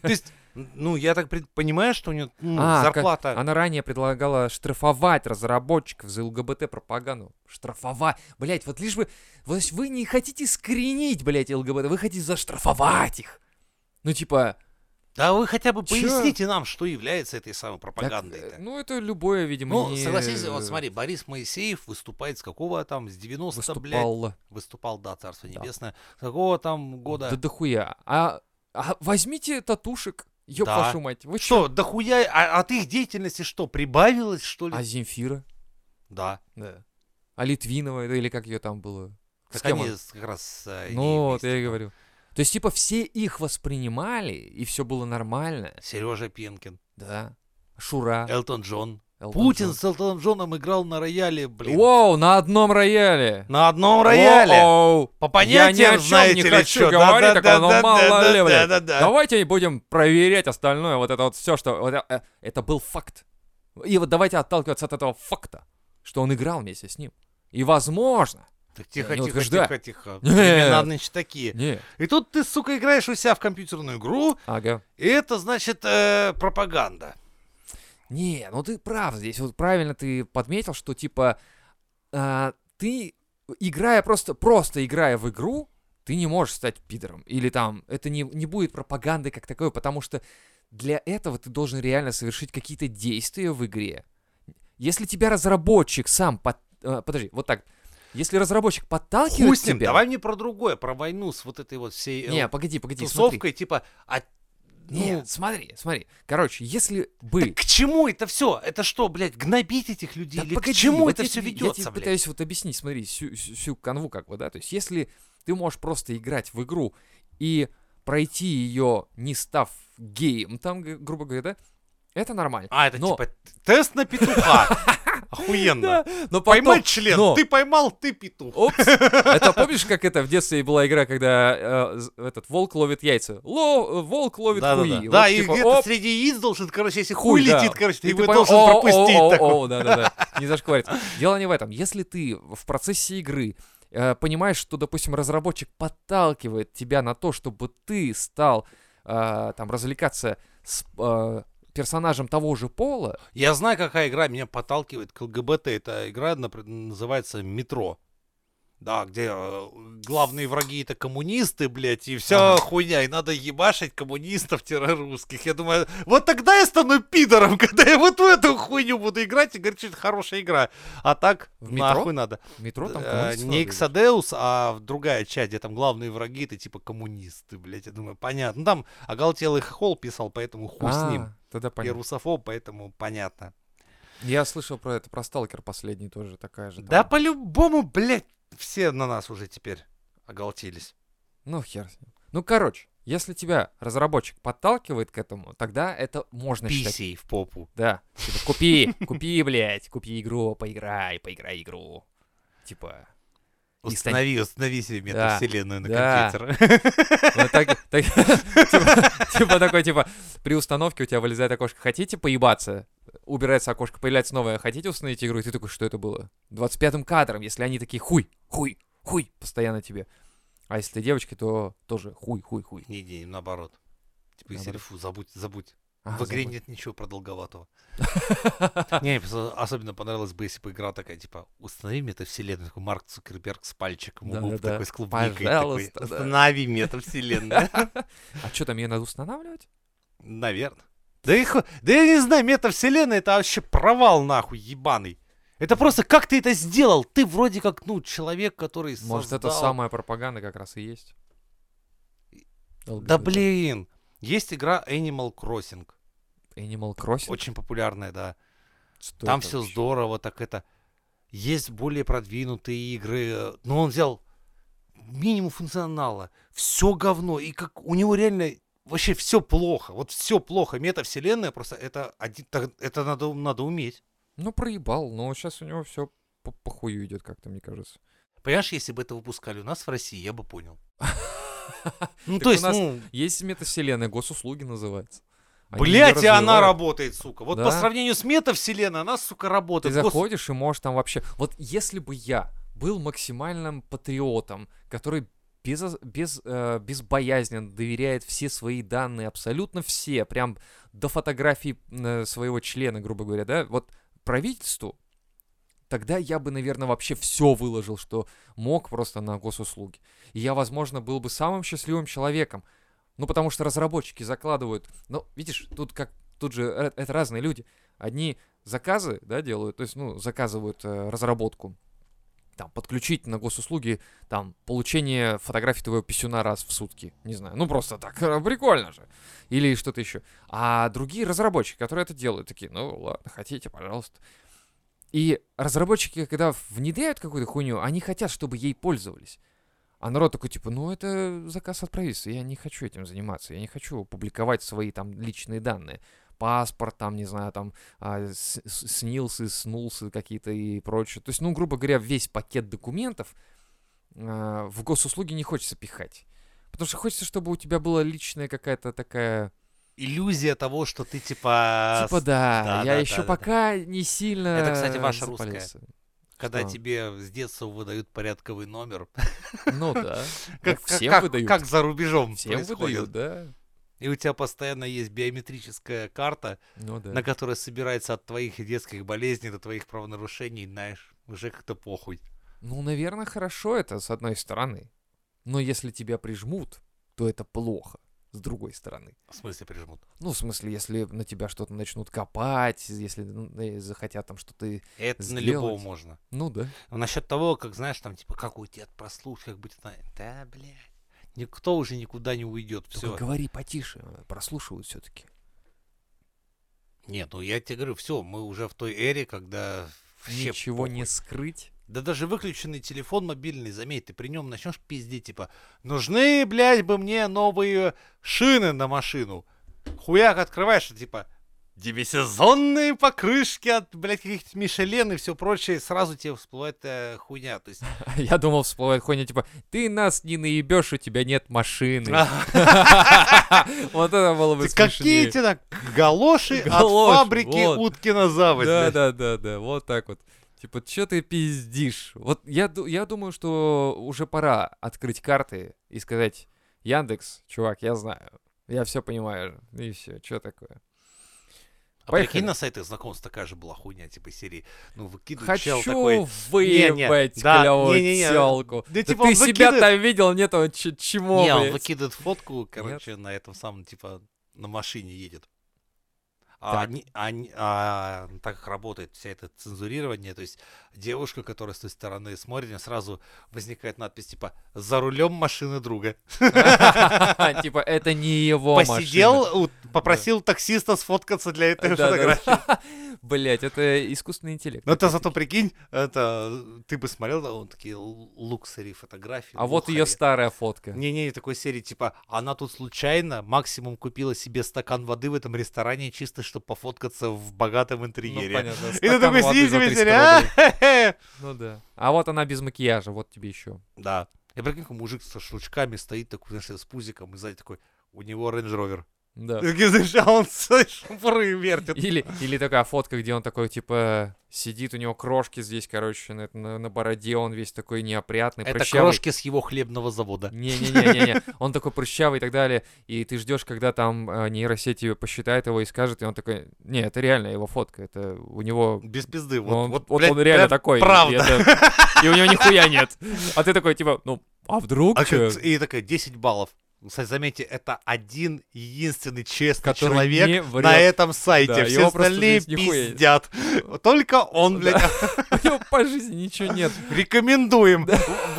S1: То есть, ну, я так пред- понимаю, что у него ну,
S2: А, как-
S1: зарплата...
S2: Она ранее предлагала штрафовать разработчиков за ЛГБТ-пропаганду. Штрафовать. Блять, вот лишь бы... Вот вы не хотите скринить, блять, ЛГБТ, вы хотите заштрафовать их. Ну, типа,
S1: Да вы хотя бы
S2: Чё?
S1: поясните нам, что является этой самой
S2: так,
S1: пропагандой.
S2: э, ну, это любое, видимо,
S1: ну,
S2: не-
S1: согласись, вот смотри, Борис Моисеев выступает с какого там, с 90, блядь,
S2: выступал.
S1: выступал, да, Царство
S2: Да.
S1: Небесное, с какого там года?
S2: Да дохуя. А, а возьмите татушек, ёб
S1: Да.
S2: вашу мать. Вы чё?
S1: Что, да хуя, а от их деятельности что, прибавилось, что ли?
S2: А Земфира?
S1: Да.
S2: Да. А Литвинова, да, или как ее там было?
S1: Так
S2: кем
S1: они
S2: она?
S1: с- как раз... э,
S2: Ну, вот я и говорю. То есть, типа, все их воспринимали, и все было нормально.
S1: Сережа Пенкин,
S2: Да. Шура.
S1: Элтон Джон.
S2: А. Элтон
S1: Э, Путин
S2: Джон.
S1: с Элтон Джоном играл на рояле, блин.
S2: Воу, на одном рояле.
S1: На одном рояле.
S2: Воу.
S1: По
S2: Я
S1: понятиям,
S2: ни о чем
S1: знаете
S2: не
S1: ли,
S2: хочу
S1: чё.
S2: говорить,
S1: Да-да-да-да-да-да-да-да-да.
S2: так оно мало ли, блядь. Давайте будем проверять остальное, вот это вот все, что... вот, э, э, это был факт. И вот давайте отталкиваться от этого факта, что он играл вместе с ним. И возможно...
S1: Так
S2: Я
S1: тихо,
S2: не
S1: тихо,
S2: утверждаю.
S1: тихо, тихо.
S2: Нет.
S1: Времена, значит, такие.
S2: Не,
S1: И тут ты, сука, играешь у себя в компьютерную игру,
S2: ага.
S1: и это, значит, э, пропаганда.
S2: Не, ну ты прав здесь. Вот правильно ты подметил, что типа а, ты, играя просто, просто играя в игру, ты не можешь стать пидором. Или там, это не, не будет пропаганды как таковой, потому что для этого ты должен реально совершить какие-то действия в игре. Если тебя разработчик сам под- а, подожди, вот так. Если разработчик подталкивает
S1: Хуй с ним,
S2: тебя...
S1: давай мне про другое, про войну с вот этой вот всей э,
S2: Не, погоди, погоди, смотри.
S1: тусовкой, типа, а, ну,
S2: Нет, смотри, смотри. Короче, если бы...
S1: так к чему это все? Это что, блядь, гнобить этих людей?
S2: Да
S1: Или
S2: погоди,
S1: к чему
S2: вот
S1: это
S2: если-
S1: все
S2: Я
S1: ведется,
S2: тебе
S1: блядь?
S2: пытаюсь вот объяснить, смотри, всю, всю- всю канву как бы, да, то есть если ты можешь просто играть в игру и пройти ее, не став геем, там, г- грубо говоря, да, это нормально.
S1: А, это
S2: Но-
S1: типа тест на петуха. Охуенно.
S2: Но потом-
S1: Поймать член.
S2: но-
S1: Ты поймал, ты петух.
S2: Опс. Это помнишь, как это в детстве была игра, когда э, з- этот волк ловит яйца? Ло- э, волк ловит
S1: Да, да,
S2: хуи.
S1: да.
S2: Вот
S1: Да, и
S2: типа,
S1: где-то
S2: оп,
S1: среди яиц должен, короче, если
S2: хуй,
S1: хуй
S2: да.
S1: летит, короче, ты
S2: И
S1: его
S2: понимаешь,
S1: должен
S2: «О,
S1: пропустить.
S2: о,
S1: такой.
S2: о, о, да-да-да, не зашкварится. Дело не в этом. Если ты в процессе игры э, понимаешь, что, допустим, разработчик подталкивает тебя на то, чтобы ты стал э, там развлекаться с э, персонажем того же пола,
S1: Я знаю, какая игра меня подталкивает к ЛГБТ. Эта игра напр- называется «Метро». Да, где э, главные враги это коммунисты, блядь, и вся
S2: Ага.
S1: хуйня, и надо ебашить коммунистов-русских. Я думаю, вот тогда я стану пидором, когда я вот в эту хуйню буду играть и говорить, что это хорошая игра. А так
S2: В метро?
S1: нахуй надо.
S2: в метро там
S1: Э,
S2: коммунистов
S1: не
S2: надо
S1: Иксадеус, а в другая часть, где там главные враги, это типа коммунисты, блядь. Я думаю, понятно. Ну там оголтелый хохол писал, поэтому
S2: играть.
S1: хуй с ним.
S2: А, Тогда
S1: И
S2: понятно.
S1: русофоб, поэтому понятно.
S2: Я слышал про это, про Сталкер последний тоже такая же.
S1: Да
S2: там.
S1: по-любому, блядь, все на нас уже теперь оголтелись.
S2: Ну, хер с ним. Ну, короче, если тебя разработчик подталкивает к этому, тогда это можно считать
S1: Писей в попу.
S2: Да. Типа, купи, купи, блядь, купи игру, поиграй, поиграй игру. Типа. И стань-
S1: Установи, установи себе
S2: Да,
S1: метавселенную на
S2: да.
S1: компьютер.
S2: вот так- так- типа- Типа такой, типа, при установке у тебя вылезает окошко. Хотите поебаться? Убирается окошко, появляется новое. Хотите установить игру? И ты такой, что это было? 25-м кадром, если они такие хуй, хуй, хуй, постоянно тебе. А если ты девочка, то тоже хуй, хуй, хуй.
S1: Не, не, наоборот. Типа, если
S2: Наоборот.
S1: фу, забудь, забудь.
S2: А,
S1: в игре
S2: забыл.
S1: нет ничего продолговатого. Не, мне просто особенно понравилось бы, если бы игра такая, типа, установи метавселенную, такой Марк Цукерберг с пальчиком, у
S2: Да,
S1: губ
S2: да, да.
S1: такой с клубникой, такой,
S2: Пожалуйста, да.
S1: установи метавселенную.
S2: А что там, ее надо устанавливать?
S1: Наверное. Да, и ху- да я не знаю, метавселенная это вообще провал нахуй ебаный. Это просто как ты это сделал? Ты вроде как, ну, человек, который
S2: Может, это
S1: создал-
S2: самая пропаганда как раз и есть?
S1: Да
S2: LGBT.
S1: блин. Есть игра Animal Crossing.
S2: Animal Crossing?
S1: Очень популярная, да.
S2: Что
S1: Там
S2: это
S1: все
S2: вообще?
S1: здорово, так это. Есть более продвинутые игры, э, но он взял минимум функционала, все говно, и как у него реально вообще все плохо, вот все плохо, метавселенная просто это один, так- это надо надо уметь.
S2: Ну, проебал, но сейчас у него все по, по хую идет как-то, мне кажется.
S1: Понимаешь, если бы это выпускали у нас в России, я бы понял. Ну
S2: Так
S1: то
S2: у
S1: есть,
S2: нас
S1: ну,
S2: Есть метавселенная, госуслуги называется. Они её
S1: блять, и она
S2: развивают.
S1: работает, сука. Вот по
S2: Да.
S1: сравнению с метавселенной, она сука
S2: Ты
S1: работает. Гос-
S2: заходишь и можешь там вообще... Вот если бы я был максимальным патриотом, который без, без, э, безбоязненно доверяет все свои данные, абсолютно все, прям до фотографии э, своего члена, грубо говоря, да, вот правительству, тогда я бы, наверное, вообще все выложил, что мог просто на госуслуги. И я, возможно, был бы самым счастливым человеком. Ну, потому что разработчики закладывают... Ну, видишь, тут как... Тут же э, это разные люди. Одни заказы, да, делают, то есть, ну, заказывают э, разработку, там, подключить на госуслуги, там, получение фотографий твоего писюна раз в сутки, не знаю, ну, просто так, прикольно же, или что-то еще. А другие разработчики, которые это делают, такие, ну, ладно, хотите, пожалуйста. И разработчики, когда внедряют какую-то хуйню, они хотят, чтобы ей пользовались. А народ такой, типа, ну, это заказ от правительства, я не хочу этим заниматься, я не хочу публиковать свои, там, личные данные. Паспорт, там, не знаю, там, а, с- с- снился, снулся какие-то и прочее. То есть, ну, грубо говоря, весь пакет документов а, в госуслуги не хочется пихать. Потому что хочется, чтобы у тебя была личная какая-то такая...
S1: Иллюзия того, что ты типа
S2: типа, да,
S1: да,
S2: я
S1: да,
S2: еще
S1: да, да, да.
S2: пока не сильно...
S1: Это, кстати, ваша
S2: запалился».
S1: Когда
S2: Что?
S1: тебе с детства выдают порядковый номер.
S2: Ну да.
S1: Как,
S2: Как
S1: как-
S2: всем
S1: как-
S2: выдают.
S1: как за рубежом
S2: Всем
S1: происходит.
S2: выдают, да.
S1: И у тебя постоянно есть биометрическая карта,
S2: Ну да.
S1: на которой собирается от твоих детских болезней до твоих правонарушений, знаешь, уже как-то похуй.
S2: Ну, наверное, хорошо это, с одной стороны. Но если тебя прижмут, то это плохо, с другой стороны.
S1: В смысле прижмут?
S2: Ну, в смысле, если на тебя что-то начнут копать, если ну, э, захотят там, что ты...
S1: Это
S2: Сделать.
S1: на любого можно.
S2: Ну да.
S1: Насчет того, как, знаешь, там, типа, как уйти от прослушки, как быть... на- Да, блядь. Никто уже никуда не уйдет. Все.
S2: Только говори потише, э, прослушивают все-таки.
S1: Нет, ну я тебе говорю, все, мы уже в той эре, когда вообще
S2: Ничего не
S1: похуй.
S2: скрыть.
S1: Да даже выключенный телефон мобильный, заметь, ты при нем начнешь пиздить, типа, нужны, блядь, бы мне новые шины на машину. Хуяк открываешь, и, типа, демисезонные покрышки от, блядь, каких-то Мишелен и все прочее, сразу тебе всплывает э, хуйня. То есть,
S2: Я думал, всплывает хуйня, типа, ты нас не наебешь, у тебя нет машины. Вот это было бы
S1: Ты Какие
S2: смешнее.
S1: тебе так галоши от
S2: Галоши,
S1: фабрики
S2: вот.
S1: Уткина Заводь?
S2: Да,
S1: блядь.
S2: да, да, да, вот так вот. Типа, чё ты пиздишь? Вот я, ду- я думаю, что уже пора открыть карты и сказать, Яндекс, чувак, я знаю, я все понимаю, и все, что такое.
S1: А
S2: Поехали.
S1: прикинь, на сайтах знакомств такая же была хуйня, типа, из серии, ну, выкидывай чел
S2: Хочу
S1: такой... Не-не,
S2: выебать
S1: да,
S2: клёвую
S1: не-не-не.
S2: тёлку.
S1: Да, типа,
S2: ты
S1: он
S2: себя
S1: выкидывает-
S2: там видел? Нет, он ч- чмо,
S1: не, он
S2: блядь.
S1: выкидывает фотку, короче, на этом самом, типа, на машине едет. А,
S2: Так.
S1: они, они- а, так как работает вся это цензурирование, то есть девушка, которая с той стороны смотрит, у неё сразу возникает надпись типа «За рулем машины друга».
S2: Типа, это не его машина.
S1: Посидел, у- попросил таксиста сфоткаться для этой фотографии. Ну,
S2: Блять, это искусственный интеллект.
S1: Но это зато прикинь, это ты бы смотрел, да, вот такие л- луксери фотографии.
S2: А вот ее старая фотка.
S1: Не-не, такой серии, типа, она тут случайно максимум купила себе стакан воды в этом ресторане, чисто чтобы пофоткаться в богатом
S2: Ну,
S1: интерьере.
S2: понятно.
S1: И ты
S2: стакан
S1: такой
S2: воды
S1: сидишь
S2: за
S1: себе
S2: 300
S1: серии, а?
S2: рублей.
S1: Хе-хе.
S2: Ну да. А вот она без макияжа, вот тебе еще.
S1: Да. И прикинь, какой мужик со шлучками стоит такой, знаешь, с пузиком, и сзади такой, у него Range Rover.
S2: Да.
S1: И такие, знаешь, а он с- шпоры вертит.
S2: Или, или такая фотка, где он такой, типа, сидит, у него крошки здесь, короче, на, на- на бороде, он весь такой неопрятный,
S1: Это
S2: прыщавый.
S1: крошки с его хлебного завода.
S2: Не-не-не-не-не. Он такой прыщавый и так далее. И ты ждешь, когда там э, нейросеть его посчитает его и скажет, и он такой, не, это реально его фотка, это у него...
S1: Без пизды. Вот,
S2: ну, он,
S1: вот,
S2: вот
S1: блядь,
S2: он реально
S1: прям
S2: такой. и
S1: Правда.
S2: это- И, у него нихуя нет. А ты такой, типа, ну, а вдруг
S1: А
S2: чё?
S1: как- И такая 10 баллов. Кстати, заметьте, это один единственный честный
S2: Который
S1: человек
S2: не врет.
S1: на этом сайте.
S2: Да,
S1: Все
S2: его просто
S1: остальные
S2: здесь нихуя нет.
S1: пиздят. Только он, блядь,
S2: У него по жизни ничего нет.
S1: рекомендуем.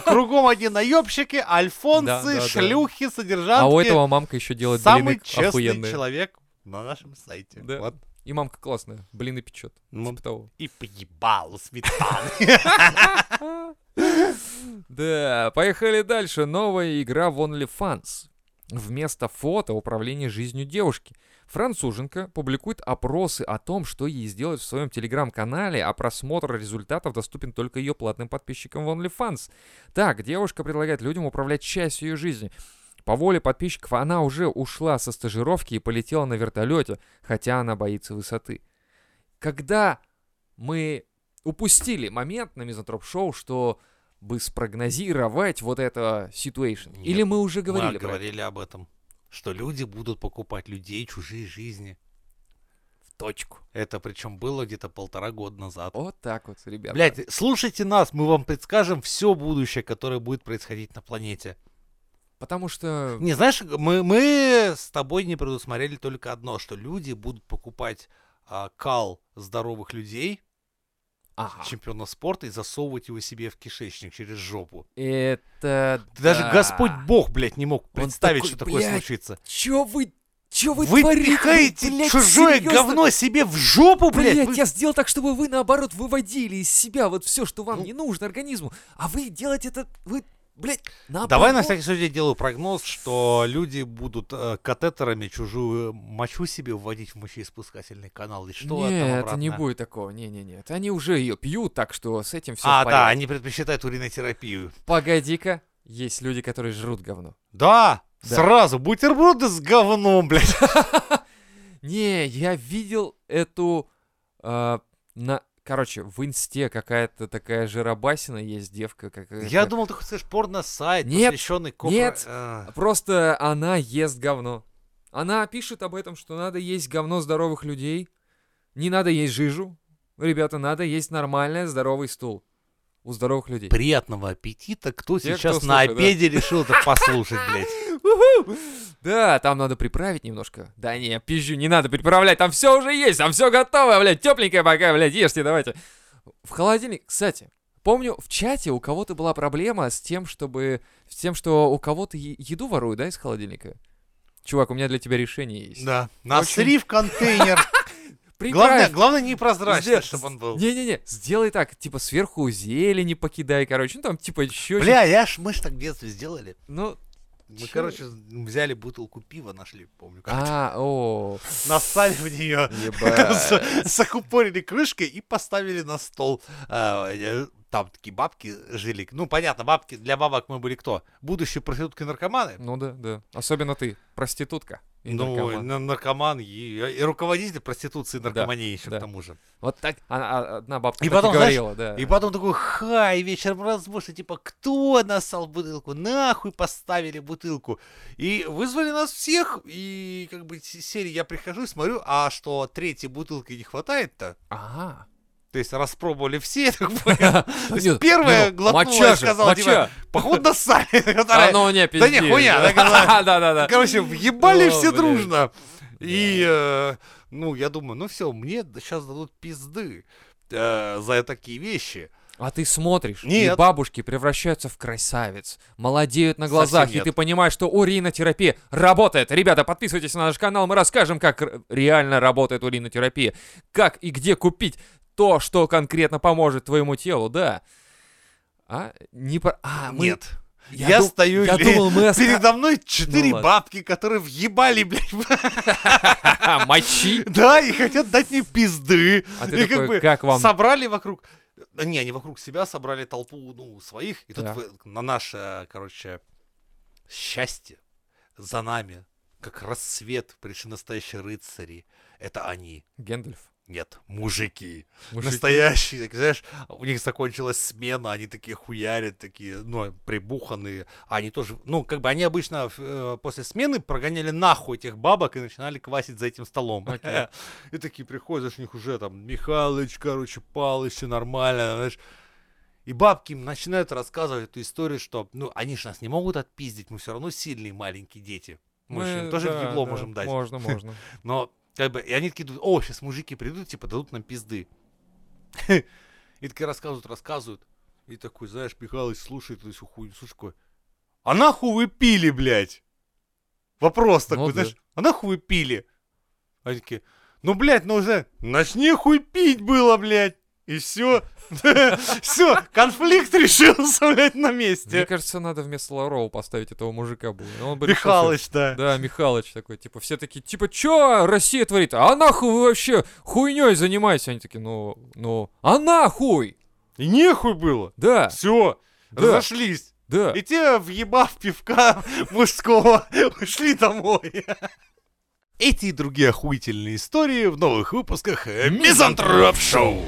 S1: Кругом одни наебщики,
S2: Да, да,
S1: альфонсы,
S2: да.
S1: шлюхи, содержанки.
S2: А у этого мамка еще делает
S1: Самый
S2: блины
S1: честный
S2: охуенные.
S1: человек на нашем сайте.
S2: Да.
S1: Вот.
S2: И мамка классная, блины печет.
S1: Ну,
S2: Типа того.
S1: и поебал сметаны.
S2: Да, поехали дальше. Новая игра в OnlyFans. Вместо фото управление жизнью девушки. Француженка публикует опросы о том, что ей сделать в своем телеграм-канале, а просмотр результатов доступен только ее платным подписчикам в OnlyFans. Так, девушка предлагает людям управлять частью ее жизни. По воле подписчиков она уже ушла со стажировки и полетела на вертолете, хотя она боится высоты. Когда мы упустили момент на Мизантроп-шоу, что бы спрогнозировать вот это situation.
S1: Нет,
S2: Или мы уже
S1: Мы
S2: говорили про это?
S1: говорили об этом. Что люди будут покупать людей чужие жизни.
S2: В точку.
S1: Это причем было где-то полтора года назад.
S2: Вот так вот, ребята.
S1: Блять, слушайте нас, мы вам предскажем все будущее, которое будет происходить на планете.
S2: Потому что...
S1: Не, знаешь, мы, мы с тобой не предусмотрели только одно, что люди будут покупать а, кал здоровых людей,
S2: Ага.
S1: чемпионов спорта, и засовывать его себе в кишечник через жопу.
S2: Это...
S1: Ты Даже
S2: да.
S1: Господь Бог, блядь, не мог
S2: Он
S1: представить,
S2: такой,
S1: что такое
S2: «Блядь,
S1: случится.
S2: Чё вы... Чё вы,
S1: Вы,
S2: творите?
S1: пихаете
S2: блядь,
S1: чужое
S2: серьёзно?
S1: говно себе в жопу, блядь!
S2: Блядь,
S1: вы-
S2: я сделал так, чтобы вы, наоборот, выводили из себя вот все, что вам
S1: Ну.
S2: не нужно организму. А вы делаете это... Вы, блядь, наоборот.
S1: Давай на всякий случай делаю прогноз, что люди будут э, катетерами чужую э, мочу себе вводить в мочеиспускательный канал. И что там
S2: Нет,
S1: обратно?
S2: не будет такого. Не-не-не. Это Они уже ее пьют, так что с этим все
S1: а,
S2: в порядке.
S1: да, они предпочитают уринотерапию.
S2: Погоди-ка, есть люди, которые жрут говно.
S1: Да,
S2: Да.
S1: сразу бутерброды с говном, блядь.
S2: Не, я видел эту... а, на, Короче, в инсте какая-то такая жиробасина есть, девка какая
S1: Я думал, ты хочешь сказать порно-сайт,
S2: Нет,
S1: посвященный копра-
S2: нет.
S1: А,
S2: Просто она ест говно. Она пишет об этом, что надо есть говно здоровых людей. Не надо есть жижу. Ребята, надо есть нормальное здоровый стул у здоровых людей.
S1: Приятного аппетита, кто
S2: Те, кто
S1: сейчас на
S2: слушает, да.
S1: обеде решил это послушать, блядь.
S2: Уху! Да, там надо приправить немножко. Да не, пизжу, не надо приправлять, там все уже есть, там все готово, блядь, тепленькое пока, блядь, ешьте, давайте. В холодильник, кстати, помню, в чате у кого-то была проблема с тем, чтобы, с тем, что у кого-то е- еду воруют, да, из холодильника? Чувак, у меня для тебя решение есть.
S1: Да.
S2: Насри
S1: Насри в контейнер. Главное,
S2: Приправь.
S1: главное непрозрачный,
S2: Сдел-
S1: чтобы он был.
S2: Не-не-не, сделай так, типа сверху зелени покидай, короче, ну там типа еще...
S1: Бля, я ж, мы ж так в детстве сделали.
S2: Ну,
S1: Мы,
S2: Чё?
S1: короче, взяли бутылку пива, нашли, помню, как
S2: а, о,
S1: нассали в нее,
S2: ебать.
S1: закупорили крышкой и поставили на стол. А, э, Там такие бабки жили. Ну, понятно, бабки для бабок мы были кто? Будущие проститутки-наркоманы?
S2: Ну да, да. Особенно ты, проститутка. и
S1: Ну,
S2: наркоман.
S1: на- наркоман и, э, и руководитель проституции и наркомании еще
S2: да.
S1: к тому же.
S2: Вот так она, а- одна бабка
S1: И
S2: так и
S1: потом, знаешь,
S2: говорила, да.
S1: И потом такой хай, вечером разборся, типа, кто нассал бутылку? Нахуй поставили бутылку. И вызвали нас всех, и как бы с- серии я прихожу и смотрю, а что, третьей бутылки не хватает-то?
S2: Ага.
S1: То есть распробовали все, так понял. То есть
S2: Нет,
S1: первая
S2: не, ну,
S1: глотнула
S2: моча
S1: и
S2: же,
S1: сказала,
S2: моча.
S1: типа, походу нассали.
S2: А
S1: Вторая,
S2: ну не,
S1: Да не,
S2: пизди.
S1: хуйня, она говорила.
S2: Да-да-да.
S1: Короче, въебали
S2: О,
S1: все
S2: Ну, блядь.
S1: дружно. И, э, ну, я думаю, ну все, мне сейчас дадут пизды э, за такие вещи.
S2: А ты смотришь, и
S1: Нет.
S2: бабушки превращаются в красавиц, молодеют на
S1: Совсем
S2: глазах, и
S1: нет.
S2: ты понимаешь, что уринотерапия работает. Ребята, подписывайтесь на наш канал, мы расскажем, как р- реально работает уринотерапия, как и где купить то, что конкретно поможет твоему телу, да. А, не по... А, мы...
S1: Нет. Я
S2: дум-
S1: стою
S2: я
S1: и-
S2: думал, мы оста- Ну
S1: Передо мной четыре
S2: ладно.
S1: бабки, которые въебали, блядь,
S2: Мочи.
S1: да, и хотят дать мне пизды.
S2: А
S1: и
S2: ты такой, как вам?
S1: собрали вокруг... Да Не, они вокруг себя собрали толпу, ну, своих. И тут
S2: Так.
S1: вы- на наше, короче, счастье за нами, как рассвет, пришли настоящие рыцари. Это они.
S2: Гендальф.
S1: Нет, мужики.
S2: Мужики.
S1: Настоящие, так, знаешь, у них закончилась смена, они такие хуярят, такие, ну, прибуханные. А Они тоже, ну, как бы они обычно э, после смены прогоняли нахуй этих бабок и начинали квасить за этим столом.
S2: Окей.
S1: И такие приходят, знаешь, у них уже там Михалыч, короче, Палыч, все нормально, знаешь. И бабки им начинают рассказывать эту историю, что, ну, они же нас не могут отпиздить, мы все равно сильные маленькие дети. Мы, же им
S2: Мы,
S1: тоже
S2: Э, да,
S1: ебло
S2: да,
S1: можем дать.
S2: Можно, можно.
S1: Но, как бы, и они такие думают, о, сейчас мужики придут, типа, дадут нам пизды. И такие рассказывают, рассказывают. И такой, знаешь, Михалыч слушает эту всю хуйню, слушай, такой, а нахуй вы пили, блядь? Вопрос
S2: Ну
S1: такой,
S2: да.
S1: знаешь, а нахуй вы пили? Они такие, ну, блядь, ну уже, начни хуй пить было, блядь. И все, все, конфликт решился, блядь, на
S2: Мне
S1: месте.
S2: кажется, надо вместо Лароу поставить этого мужика было. Он бы решил, что-
S1: Михалыч, да.
S2: Да, Михалыч такой, типа, все такие, типа, чё Россия творит? А нахуй вы вообще хуйней занимаетесь? Они такие, ну, ну, а нахуй?
S1: И нехуй было.
S2: Да,
S1: Все,
S2: Да.
S1: разошлись.
S2: да.
S1: И те, въебав пивка мужского, ушли домой. Эти и другие охуительные истории в новых выпусках Мизантроп Шоу.